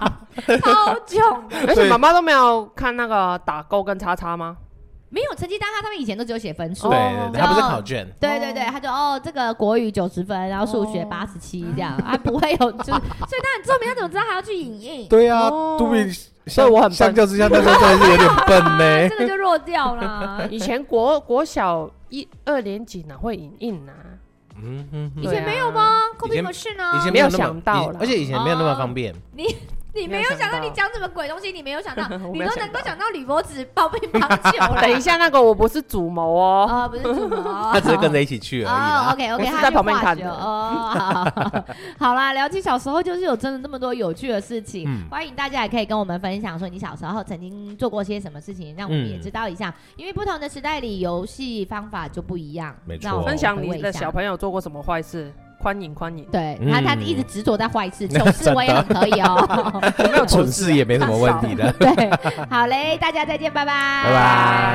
[SPEAKER 1] 超囧的。
[SPEAKER 3] 而且妈妈都没有看那个打勾跟叉叉吗？
[SPEAKER 1] 没有成绩单，他他们以前都只有写分数
[SPEAKER 2] 对，对，对他不是
[SPEAKER 1] 哦
[SPEAKER 2] 考卷，
[SPEAKER 1] 对对对，他就哦，这个国语九十分，然后数学
[SPEAKER 3] 哦
[SPEAKER 1] 八十七这样，啊，不会有就是，所以他很聪明，他怎么知道还要去影印？
[SPEAKER 2] 对啊
[SPEAKER 3] 哦，
[SPEAKER 2] 杜比
[SPEAKER 3] 所以我很笨
[SPEAKER 2] 相较之下，那时候真的是有点
[SPEAKER 1] 啊
[SPEAKER 2] 笨
[SPEAKER 1] 这
[SPEAKER 2] 呢。
[SPEAKER 1] 个就弱掉 了。
[SPEAKER 3] 以前国国小一二年级哪会影印啊？
[SPEAKER 2] 嗯嗯，嗯
[SPEAKER 1] 以
[SPEAKER 3] 对
[SPEAKER 1] 前
[SPEAKER 3] 啊
[SPEAKER 1] 没有吗？科
[SPEAKER 2] 以
[SPEAKER 1] 比
[SPEAKER 2] 前
[SPEAKER 1] 考试呢？
[SPEAKER 2] 以前
[SPEAKER 3] 没有
[SPEAKER 2] 那么
[SPEAKER 3] 想到啦哦
[SPEAKER 2] 以而且以前没有那么方便。
[SPEAKER 1] 你没
[SPEAKER 3] 没有
[SPEAKER 1] 有想
[SPEAKER 3] 想
[SPEAKER 1] 到
[SPEAKER 3] 到
[SPEAKER 1] 你讲什么鬼东西，你没有想到，
[SPEAKER 3] 我
[SPEAKER 1] 你
[SPEAKER 3] 没有
[SPEAKER 1] 都
[SPEAKER 3] 想
[SPEAKER 1] 能够
[SPEAKER 3] 到
[SPEAKER 1] 想到李博子抱乒乓球了。
[SPEAKER 3] 等一下，那个我不是主谋哦，
[SPEAKER 1] 啊，不是主谋，
[SPEAKER 2] 他只是跟着一起去而已
[SPEAKER 1] 哦
[SPEAKER 2] 啦。
[SPEAKER 1] ，OK
[SPEAKER 3] 我
[SPEAKER 1] OK，
[SPEAKER 3] 是
[SPEAKER 1] 他
[SPEAKER 3] 在
[SPEAKER 1] 去
[SPEAKER 3] 旁边
[SPEAKER 1] 化
[SPEAKER 3] 看
[SPEAKER 1] 学
[SPEAKER 3] 的
[SPEAKER 1] 哦， 好好好啦，聊起小时候，就是有真的那么多有趣的事情，
[SPEAKER 2] 嗯
[SPEAKER 1] 欢迎大家也可以跟我们分享，说你小时候曾经做过些什么事情，让我们也知道一下，因为不同的时代里游戏方法就不一样，
[SPEAKER 2] 没错
[SPEAKER 1] 让我们
[SPEAKER 3] 分享
[SPEAKER 1] 回味
[SPEAKER 3] 你
[SPEAKER 1] 一
[SPEAKER 3] 的
[SPEAKER 1] 下
[SPEAKER 3] 小。朋友做过什么坏事，欢迎欢迎，
[SPEAKER 1] 对，
[SPEAKER 2] 嗯
[SPEAKER 1] 他他一直执着在坏事，糗事我也很可以哦。
[SPEAKER 3] 有没有啊
[SPEAKER 2] 蠢事也没什么问题的。
[SPEAKER 1] 对，好嘞，大家再见，拜拜，
[SPEAKER 2] 拜拜。